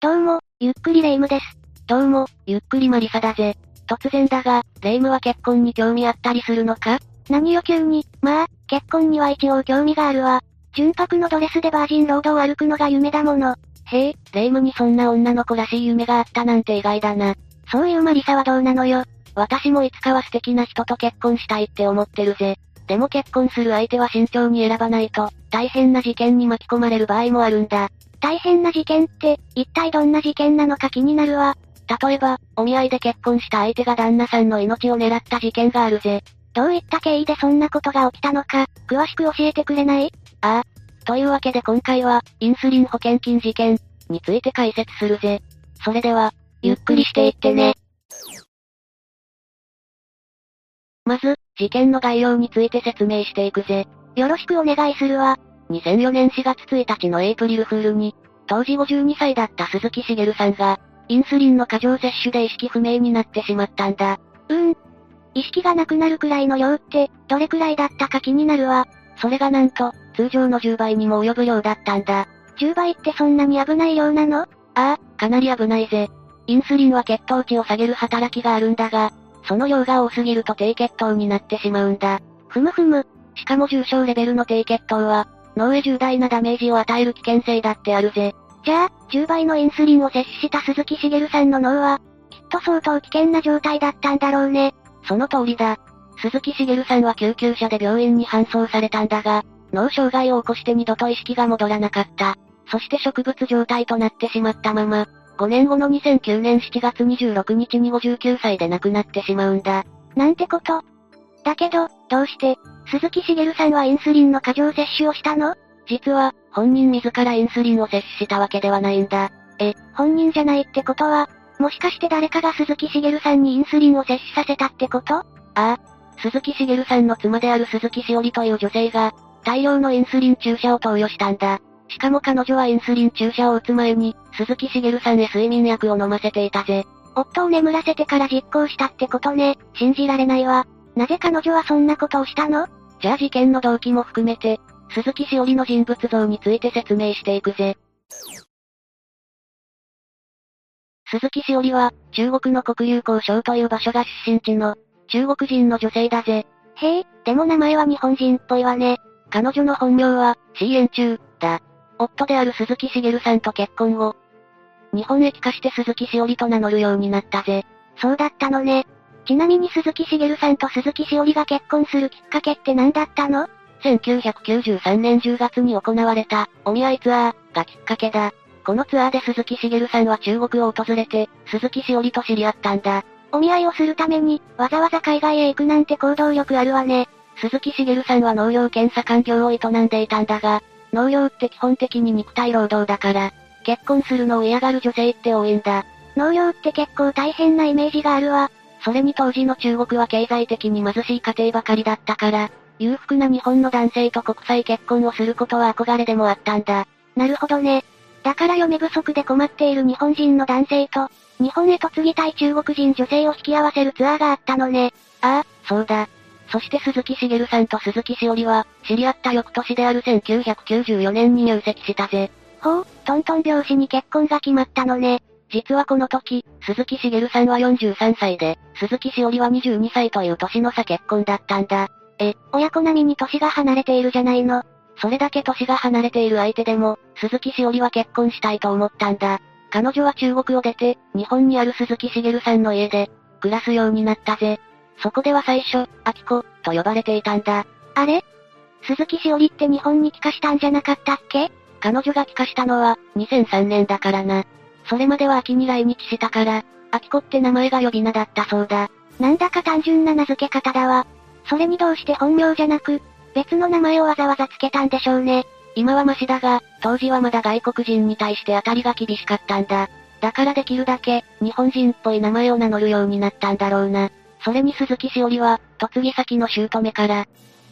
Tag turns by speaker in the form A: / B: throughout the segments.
A: どうも、ゆっくりレ夢ムです。
B: どうも、ゆっくりマリサだぜ。突然だが、レ夢ムは結婚に興味あったりするのか
A: 何よ急に、まあ、結婚には一応興味があるわ。純白のドレスでバージンロードを歩くのが夢だもの。
B: へえ、レ夢ムにそんな女の子らしい夢があったなんて意外だな。
A: そういうマリサはどうなのよ。
B: 私もいつかは素敵な人と結婚したいって思ってるぜ。でも結婚する相手は慎重に選ばないと、大変な事件に巻き込まれる場合もあるんだ。
A: 大変な事件って、一体どんな事件なのか気になるわ。
B: 例えば、お見合いで結婚した相手が旦那さんの命を狙った事件があるぜ。
A: どういった経緯でそんなことが起きたのか、詳しく教えてくれない
B: というわけで今回は、インスリン保険金事件について解説するぜ。それでは、ゆっくりしていってね。まず、事件の概要について説明していくぜ。
A: よろしくお願いするわ。
B: 2004年4月1日のエイプリルフールに、当時52歳だった鈴木茂さんが、インスリンの過剰摂取で意識不明になってしまったんだ。
A: うーん。意識がなくなるくらいの量って、どれくらいだったか気になるわ。
B: それがなんと、通常の10倍にも及ぶ量だったんだ。
A: 10倍ってそんなに危ない量なの
B: ああ、かなり危ないぜ。インスリンは血糖値を下げる働きがあるんだが、その量が多すぎると低血糖になってしまうんだ。
A: ふむふむ。
B: しかも重症レベルの低血糖は、脳へ重大なダメージを与える危険性だってあるぜ。
A: じゃあ、10倍のインスリンを摂取した鈴木茂さんの脳は、きっと相当危険な状態だったんだろうね。
B: その通りだ。鈴木茂さんは救急車で病院に搬送されたんだが、脳障害を起こして二度と意識が戻らなかった。そして植物状態となってしまったまま、5年後の2009年7月26日に59歳で亡くなってしまうんだ。
A: なんてこと。だけど、どうして、鈴木茂さんはインスリンの過剰摂取をしたの
B: 実は、本人自らインスリンを摂取したわけではないんだ。
A: 本人じゃないってことは、もしかして誰かが鈴木茂さんにインスリンを摂取させたってこと
B: 鈴木茂さんの妻である鈴木しおりという女性が、大量のインスリン注射を投与したんだ。しかも彼女はインスリン注射を打つ前に、鈴木茂さんへ睡眠薬を飲ませていたぜ。
A: 夫を眠らせてから実行したってことね。信じられないわ。なぜ彼女はそんなことをしたの
B: じゃあ事件の動機も含めて、鈴木しおりの人物像について説明していくぜ。鈴木しおりは、中国の国有交渉という場所が出身地の、中国人の女性だぜ。
A: へえ、でも名前は日本人っぽいわね。
B: 彼女の本名は、C 円中、だ。夫である鈴木茂さんと結婚後、日本へ帰化して鈴木しおりと名乗るようになったぜ。
A: そうだったのね。ちなみに鈴木茂さんと鈴木しおりが結婚するきっかけって何だったの
B: 1993年10月に行われた、お見合いツアー、がきっかけだ。このツアーで鈴木茂さんは中国を訪れて、鈴木しおりと知り合ったんだ。
A: お見合いをするために、わざわざ海外へ行くなんて行動力あるわね。
B: 鈴木茂さんは農業検査官業を営んでいたんだが、農業って基本的に肉体労働だから、結婚するのを嫌がる女性って多いんだ。
A: 農業って結構大変なイメージがあるわ。
B: それに当時の中国は経済的に貧しい家庭ばかりだったから、裕福な日本の男性と国際結婚をすることは憧れでもあったんだ。
A: なるほどね。だから嫁不足で困っている日本人の男性と、日本へ嫁ぎたい中国人女性を引き合わせるツアーがあったのね。
B: ああ、そうだ。そして鈴木茂さんと鈴木しおりは、知り合った翌年である1994年に入籍したぜ。
A: ほう、トントン拍子に結婚が決まったのね。
B: 実はこの時、鈴木茂さんは43歳で、鈴木しおりは22歳という年の差結婚だったんだ。
A: 親子並みに歳が離れているじゃないの。
B: それだけ年が離れている相手でも、鈴木しおりは結婚したいと思ったんだ。彼女は中国を出て、日本にある鈴木茂さんの家で、暮らすようになったぜ。そこでは最初、アキコ、と呼ばれていたんだ。
A: あれ鈴木しおりって日本に帰化したんじゃなかったっけ
B: 彼女が帰化したのは、2003年だからな。それまでは秋に来日したから、アキコって名前が呼び名だったそうだ。
A: なんだか単純な名付け方だわ。それにどうして本名じゃなく、別の名前をわざわざつけたんでしょうね。
B: 今はマシだが、当時はまだ外国人に対して当たりが厳しかったんだ。だからできるだけ、日本人っぽい名前を名乗るようになったんだろうな。それに鈴木しおりは、嫁ぎ先の姑から、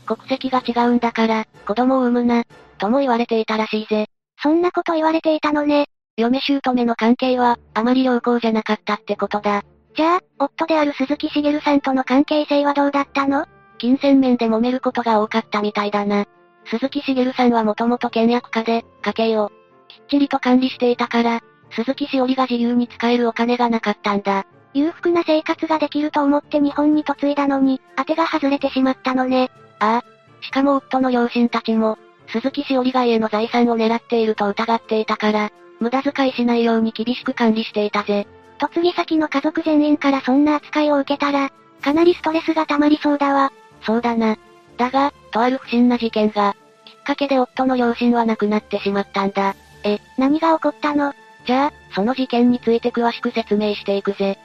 B: 国籍が違うんだから、子供を産むな、とも言われていたらしいぜ。
A: そんなこと言われていたのね。
B: 嫁姑の関係は、あまり良好じゃなかったってことだ。
A: じゃあ、夫である鈴木茂さんとの関係性はどうだったの
B: 金銭面で揉めることが多かったみたいだな。鈴木茂さんはもともと倹約家で、家計を、きっちりと管理していたから、鈴木しおりが自由に使えるお金がなかったんだ。
A: 裕福な生活ができると思って日本に嫁いだのに、当てが外れてしまったのね。
B: ああ。しかも夫の両親たちも、鈴木しおりが家の財産を狙っていると疑っていたから、無駄遣いしないように厳しく管理していたぜ。
A: 嫁ぎ先の家族全員からそんな扱いを受けたら、かなりストレスが溜まりそうだわ。
B: そうだな。だが、とある不審な事件が、きっかけで夫の両親は亡くなってしまったんだ。
A: え、何が起こったの
B: じゃあ、その事件について詳しく説明していくぜ。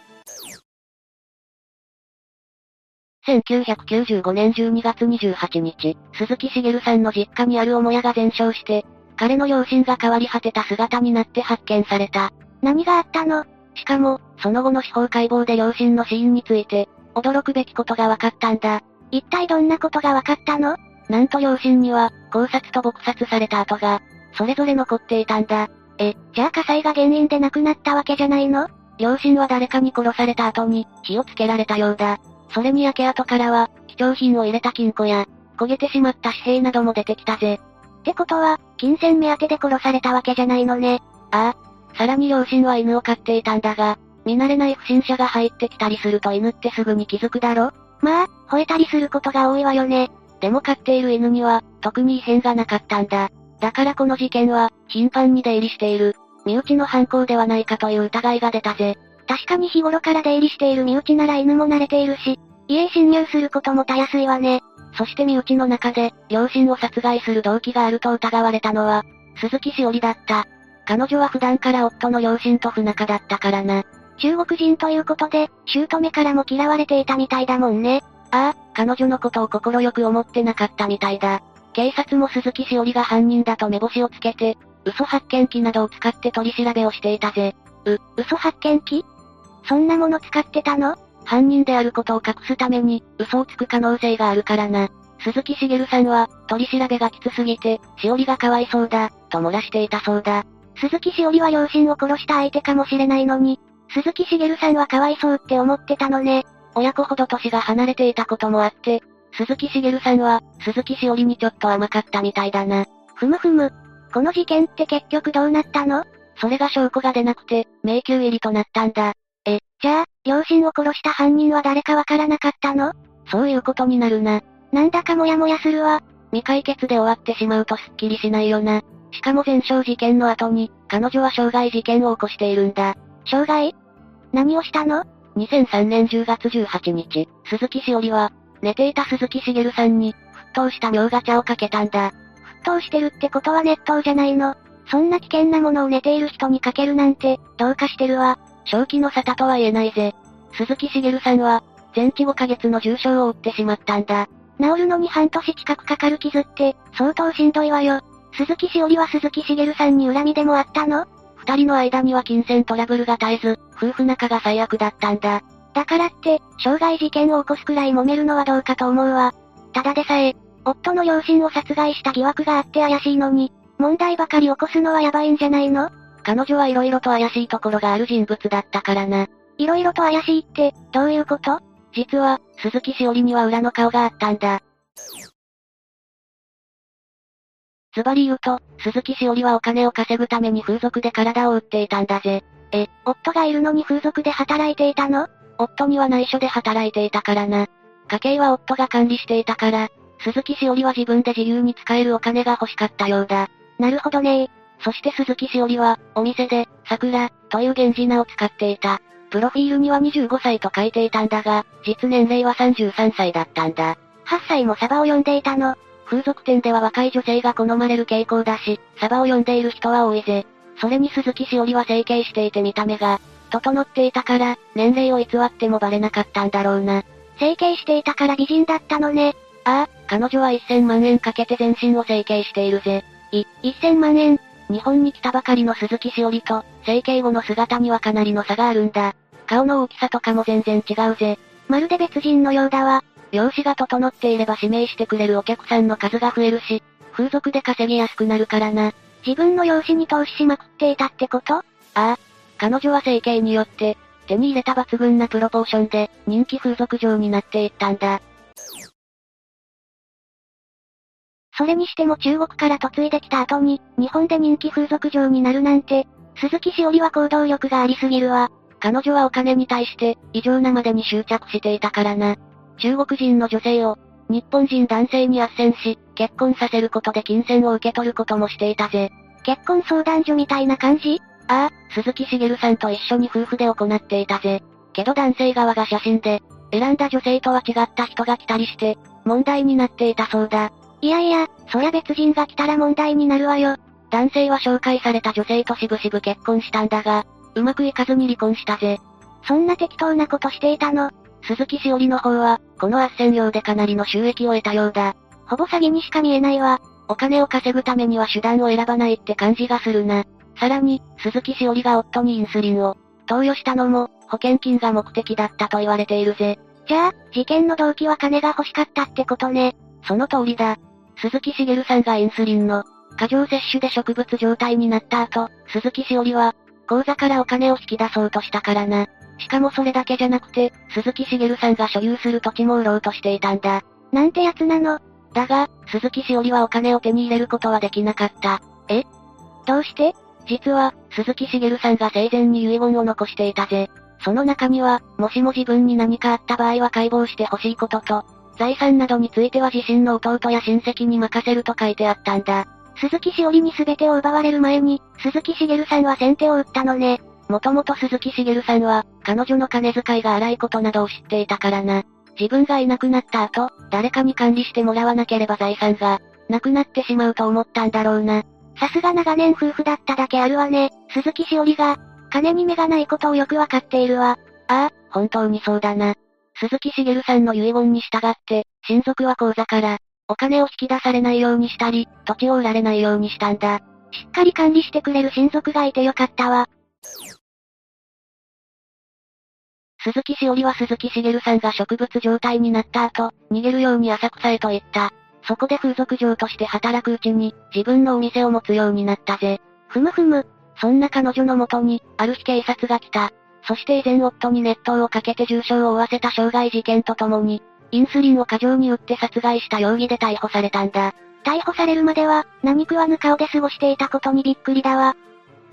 B: 1995年12月28日、鈴木茂さんの実家にある母屋が全焼して、彼の両親が変わり果てた姿になって発見された。
A: 何があったの
B: しかも、その後の司法解剖で両親の死因について、驚くべきことが分かったんだ。
A: 一体どんなことが分かったの
B: なんと両親には、考察と撲殺された跡が、それぞれ残っていたんだ。
A: え、じゃあ火災が原因で亡くなったわけじゃないの
B: 両親は誰かに殺された後に、火をつけられたようだ。それに焼け跡からは、貴重品を入れた金庫や、焦げてしまった紙幣なども出てきたぜ。
A: ってことは、金銭目当てで殺されたわけじゃないのね。
B: ああ。さらに両親は犬を飼っていたんだが、見慣れない不審者が入ってきたりすると犬ってすぐに気づくだろ
A: まあ、吠えたりすることが多いわよね。
B: でも飼っている犬には、特に異変がなかったんだ。だからこの事件は、頻繁に出入りしている、身内の犯行ではないかという疑いが出たぜ。
A: 確かに日頃から出入りしている身内なら犬も慣れているし、家へ侵入することもたやすいわね。
B: そして身内の中で、両親を殺害する動機があると疑われたのは、鈴木しおりだった。彼女は普段から夫の両親と不仲だったからな。
A: 中国人ということで、姑からも嫌われていたみたいだもんね。
B: ああ、彼女のことを快く思ってなかったみたいだ。警察も鈴木しおりが犯人だと目星をつけて、嘘発見器などを使って取り調べをしていたぜ。
A: う、嘘発見器そんなもの使ってたの
B: 犯人であることを隠すために、嘘をつく可能性があるからな。鈴木茂さんは、取り調べがきつすぎて、しおりがかわいそうだ、と漏らしていたそうだ。
A: 鈴木しおりは両親を殺した相手かもしれないのに、鈴木茂さんはかわいそうって思ってたのね。
B: 親子ほど年が離れていたこともあって、鈴木茂さんは、鈴木しおりにちょっと甘かったみたいだな。
A: ふむふむ。この事件って結局どうなったの
B: それが証拠が出なくて、迷宮入りとなったんだ。
A: え、じゃあ、両親を殺した犯人は誰かわからなかったの
B: そういうことになるな。
A: なんだかモヤモヤするわ。
B: 未解決で終わってしまうとすっきりしないよな。しかも前傷事件の後に、彼女は傷害事件を起こしているんだ。
A: 傷害何をしたの
B: ?2003 年10月18日、鈴木しおりは、寝ていた鈴木茂さんに、沸騰した妙ガチャをかけたんだ。
A: 沸騰してるってことは熱湯じゃないの。そんな危険なものを寝ている人にかけるなんて、どうかしてるわ。
B: 正気の沙汰とは言えないぜ。鈴木茂さんは、全治5ヶ月の重傷を負ってしまったんだ。
A: 治るのに半年近くかかる傷って、相当しんどいわよ。鈴木しおりは鈴木茂さんに恨みでもあったの
B: 二人の間には金銭トラブルが絶えず、夫婦仲が最悪だったんだ。
A: だからって、傷害事件を起こすくらい揉めるのはどうかと思うわ。ただでさえ、夫の両親を殺害した疑惑があって怪しいのに、問題ばかり起こすのはやばいんじゃないの
B: 彼女はいろいろと怪しいところがある人物だったからな。
A: いろいろと怪しいって、どういうこと
B: 実は、鈴木しおりには裏の顔があったんだ。ズバリ言うと、鈴木しおりはお金を稼ぐために風俗で体を売っていたんだぜ。
A: え、夫がいるのに風俗で働いていたの
B: 夫には内緒で働いていたからな。家計は夫が管理していたから、鈴木しおりは自分で自由に使えるお金が欲しかったようだ。
A: なるほどね
B: そして鈴木しおりは、お店で、桜、という源氏名を使っていた。プロフィールには25歳と書いていたんだが、実年齢は33歳だったんだ。
A: 8歳もサバを呼んでいたの。
B: 風俗店では若い女性が好まれる傾向だし、サバを呼んでいる人は多いぜ。それに鈴木しおりは整形していて見た目が、整っていたから、年齢を偽ってもバレなかったんだろうな。
A: 整形していたから美人だったのね。
B: ああ、彼女は1000万円かけて全身を整形しているぜ。
A: い、1000万円。
B: 日本に来たばかりの鈴木しおりと、整形後の姿にはかなりの差があるんだ。顔の大きさとかも全然違うぜ。
A: まるで別人のようだわ。
B: 容姿が整っていれば指名してくれるお客さんの数が増えるし、風俗で稼ぎやすくなるからな。
A: 自分の容姿に投資しまくっていたってことあ
B: あ。彼女は整形によって、手に入れた抜群なプロポーションで、人気風俗嬢になっていったんだ。
A: それにしても中国から嫁いできた後に、日本で人気風俗嬢になるなんて、鈴木しおりは行動力がありすぎるわ。
B: 彼女はお金に対して、異常なまでに執着していたからな。中国人の女性を、日本人男性に斡旋し、結婚させることで金銭を受け取ることもしていたぜ。
A: 結婚相談所みたいな感じ
B: ああ、鈴木茂さんと一緒に夫婦で行っていたぜ。けど男性側が写真で、選んだ女性とは違った人が来たりして、問題になっていたそうだ。
A: いやいや、そりゃ別人が来たら問題になるわよ。
B: 男性は紹介された女性としぶしぶ結婚したんだが、うまくいかずに離婚したぜ。
A: そんな適当なことしていたの。
B: 鈴木しおりの方は、この斡旋料でかなりの収益を得たようだ。
A: ほぼ詐欺にしか見えないわ。
B: お金を稼ぐためには手段を選ばないって感じがするな。さらに、鈴木しおりが夫にインスリンを投与したのも、保険金が目的だったと言われているぜ。
A: じゃあ、事件の動機は金が欲しかったってことね。
B: その通りだ。鈴木茂さんがインスリンの過剰摂取で植物状態になった後、鈴木しおりは、口座からお金を引き出そうとしたからな。しかもそれだけじゃなくて、鈴木茂さんが所有する土地も売ろうとしていたんだ。
A: なんてやつなの。
B: だが、鈴木しおりはお金を手に入れることはできなかった。
A: どうして
B: 実は、鈴木茂さんが生前に遺言を残していたぜ。その中には、もしも自分に何かあった場合は解剖してほしいことと、財産などについては自身の弟や親戚に任せると書いてあったんだ。
A: 鈴木しおりに全てを奪われる前に、鈴木茂さんは先手を打ったのね。
B: もともと鈴木茂さんは、彼女の金遣いが荒いことなどを知っていたからな。自分がいなくなった後、誰かに管理してもらわなければ財産が、なくなってしまうと思ったんだろうな。
A: さすが長年夫婦だっただけあるわね。鈴木しおりが、金に目がないことをよくわかっているわ。
B: 本当にそうだな。鈴木茂さんの遺言に従って、親族は口座から、お金を引き出されないようにしたり、土地を売られないようにしたんだ。
A: しっかり管理してくれる親族がいてよかったわ。
B: 鈴木しおりは鈴木茂さんが植物状態になった後、逃げるように浅草へと行った。そこで風俗嬢として働くうちに、自分のお店を持つようになったぜ。
A: ふむふむ、
B: そんな彼女のもとに、ある日警察が来た。そして以前夫に熱湯をかけて重傷を負わせた傷害事件とともに、インスリンを過剰に打って殺害した容疑で逮捕されたんだ。
A: 逮捕されるまでは、何食わぬ顔で過ごしていたことにびっくりだわ。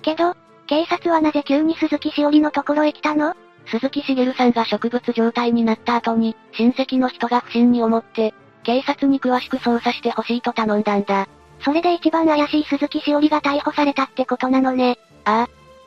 A: けど、警察はなぜ急に鈴木しおりのところへ来たの
B: 鈴木茂さんが植物状態になった後に、親戚の人が不審に思って、警察に詳しく捜査してほしいと頼んだんだ。
A: それで一番怪しい鈴木しおりが逮捕されたってことなのね。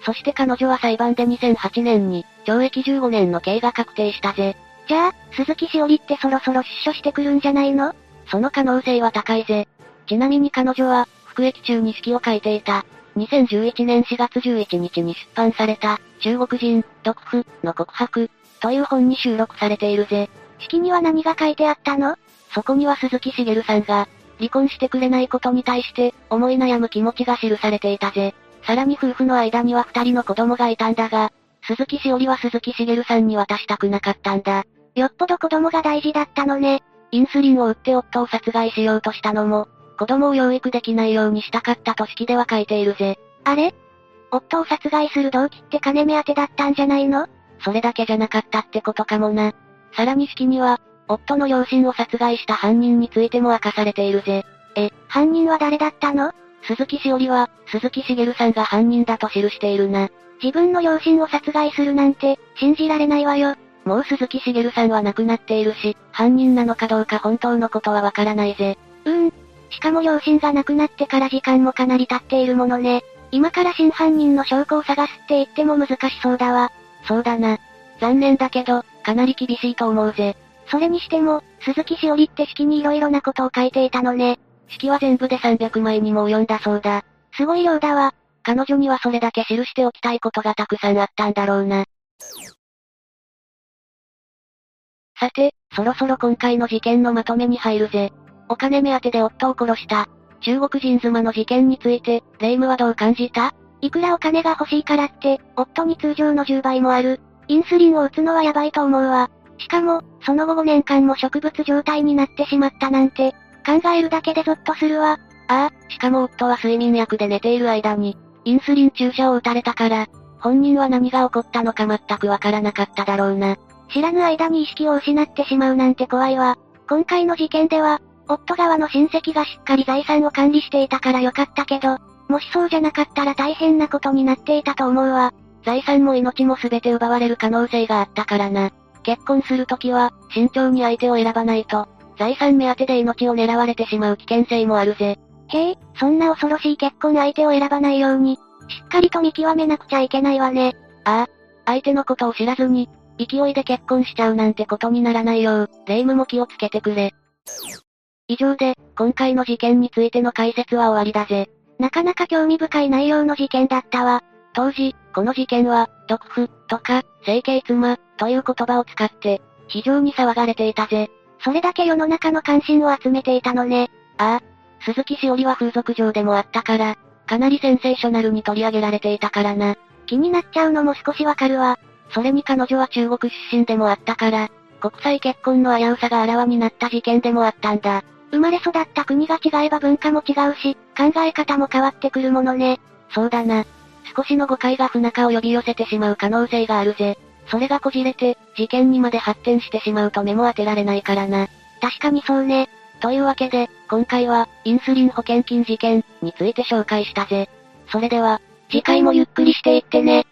B: そして彼女は裁判で2008年に、懲役15年の刑が確定したぜ。
A: じゃあ、鈴木しおりってそろそろ出所してくるんじゃないの
B: その可能性は高いぜ。ちなみに彼女は、服役中に式を書いていた。2011年4月11日に出版された、中国人、独婦の告白、という本に収録されているぜ。
A: 式には何が書いてあったの
B: そこには鈴木茂さんが、離婚してくれないことに対して、思い悩む気持ちが記されていたぜ。さらに夫婦の間には二人の子供がいたんだが、鈴木しおりは鈴木茂さんに渡したくなかったんだ。
A: よっぽど子供が大事だったのね。
B: インスリンを打って夫を殺害しようとしたのも、子供を養育できないようにしたかったと式では書いているぜ。
A: あれ夫を殺害する動機って金目当てだったんじゃないの
B: それだけじゃなかったってことかもな。さらに式には、夫の両親を殺害した犯人についても明かされているぜ。
A: 犯人は誰だったの
B: 鈴木しおりは、鈴木茂さんが犯人だと記しているな。
A: 自分の両親を殺害するなんて、信じられないわよ。
B: もう鈴木茂さんは亡くなっているし、犯人なのかどうか本当のことはわからないぜ。
A: うーん。しかも両親が亡くなってから時間もかなり経っているものね。今から真犯人の証拠を探すって言っても難しそうだわ。
B: そうだな。残念だけど、かなり厳しいと思うぜ。
A: それにしても、鈴木しおりって式に色々なことを書いていたのね。
B: 式は全部で300枚にも及んだそうだ。
A: すごい量だわ。
B: 彼女にはそれだけ記しておきたいことがたくさんあったんだろうな。さて、そろそろ今回の事件のまとめに入るぜ。お金目当てで夫を殺した。中国人妻の事件について、レイムはどう感じた
A: いくらお金が欲しいからって、夫に通常の10倍もある。インスリンを打つのはやばいと思うわ。しかも、その後5年間も植物状態になってしまったなんて、考えるだけでゾッとするわ。
B: ああ、しかも夫は睡眠薬で寝ている間に、インスリン注射を打たれたから、本人は何が起こったのか全くわからなかっただろうな。
A: 知らぬ間に意識を失ってしまうなんて怖いわ。今回の事件では、夫側の親戚がしっかり財産を管理していたからよかったけど、もしそうじゃなかったら大変なことになっていたと思うわ。
B: 財産も命も全て奪われる可能性があったからな。結婚するときは、慎重に相手を選ばないと、財産目当てで命を狙われてしまう危険性もあるぜ。
A: へえ、そんな恐ろしい結婚相手を選ばないように、しっかりと見極めなくちゃいけないわね。
B: ああ、相手のことを知らずに、勢いで結婚しちゃうなんてことにならないよう、霊夢も気をつけてくれ。以上で、今回の事件についての解説は終わりだぜ。
A: なかなか興味深い内容の事件だったわ。
B: 当時、この事件は、毒婦とか、整形妻という言葉を使って、非常に騒がれていたぜ。
A: それだけ世の中の関心を集めていたのね。
B: ああ、鈴木しおりは風俗嬢でもあったから、かなりセンセーショナルに取り上げられていたからな。
A: 気になっちゃうのも少しわかるわ。
B: それに彼女は中国出身でもあったから、国際結婚の危うさがあらわになった事件でもあったんだ。
A: 生まれ育った国が違えば文化も違うし、考え方も変わってくるものね。
B: そうだな。少しの誤解が不仲を呼び寄せてしまう可能性があるぜ。それがこじれて、事件にまで発展してしまうと目も当てられないからな。
A: 確かにそうね。
B: というわけで、今回は、インスリン保険金事件について紹介したぜ。それでは、
A: 次回もゆっくりしていってね。